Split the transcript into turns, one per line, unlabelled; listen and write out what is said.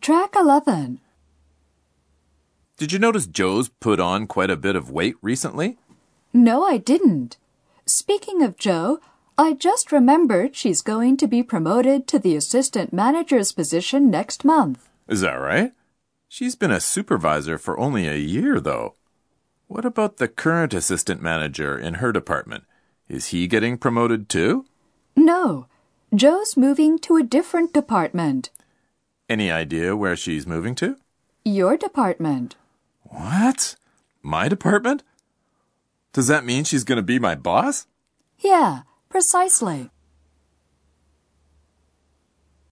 Track 11.
Did you notice Joe's put on quite a bit of weight recently?
No, I didn't. Speaking of Joe, I just remembered she's going to be promoted to the assistant manager's position next month.
Is that right? She's been a supervisor for only a year, though. What about the current assistant manager in her department? Is he getting promoted too?
No, Joe's moving to a different department.
Any idea where she's moving to?
Your department.
What? My department? Does that mean she's going to be my boss?
Yeah, precisely.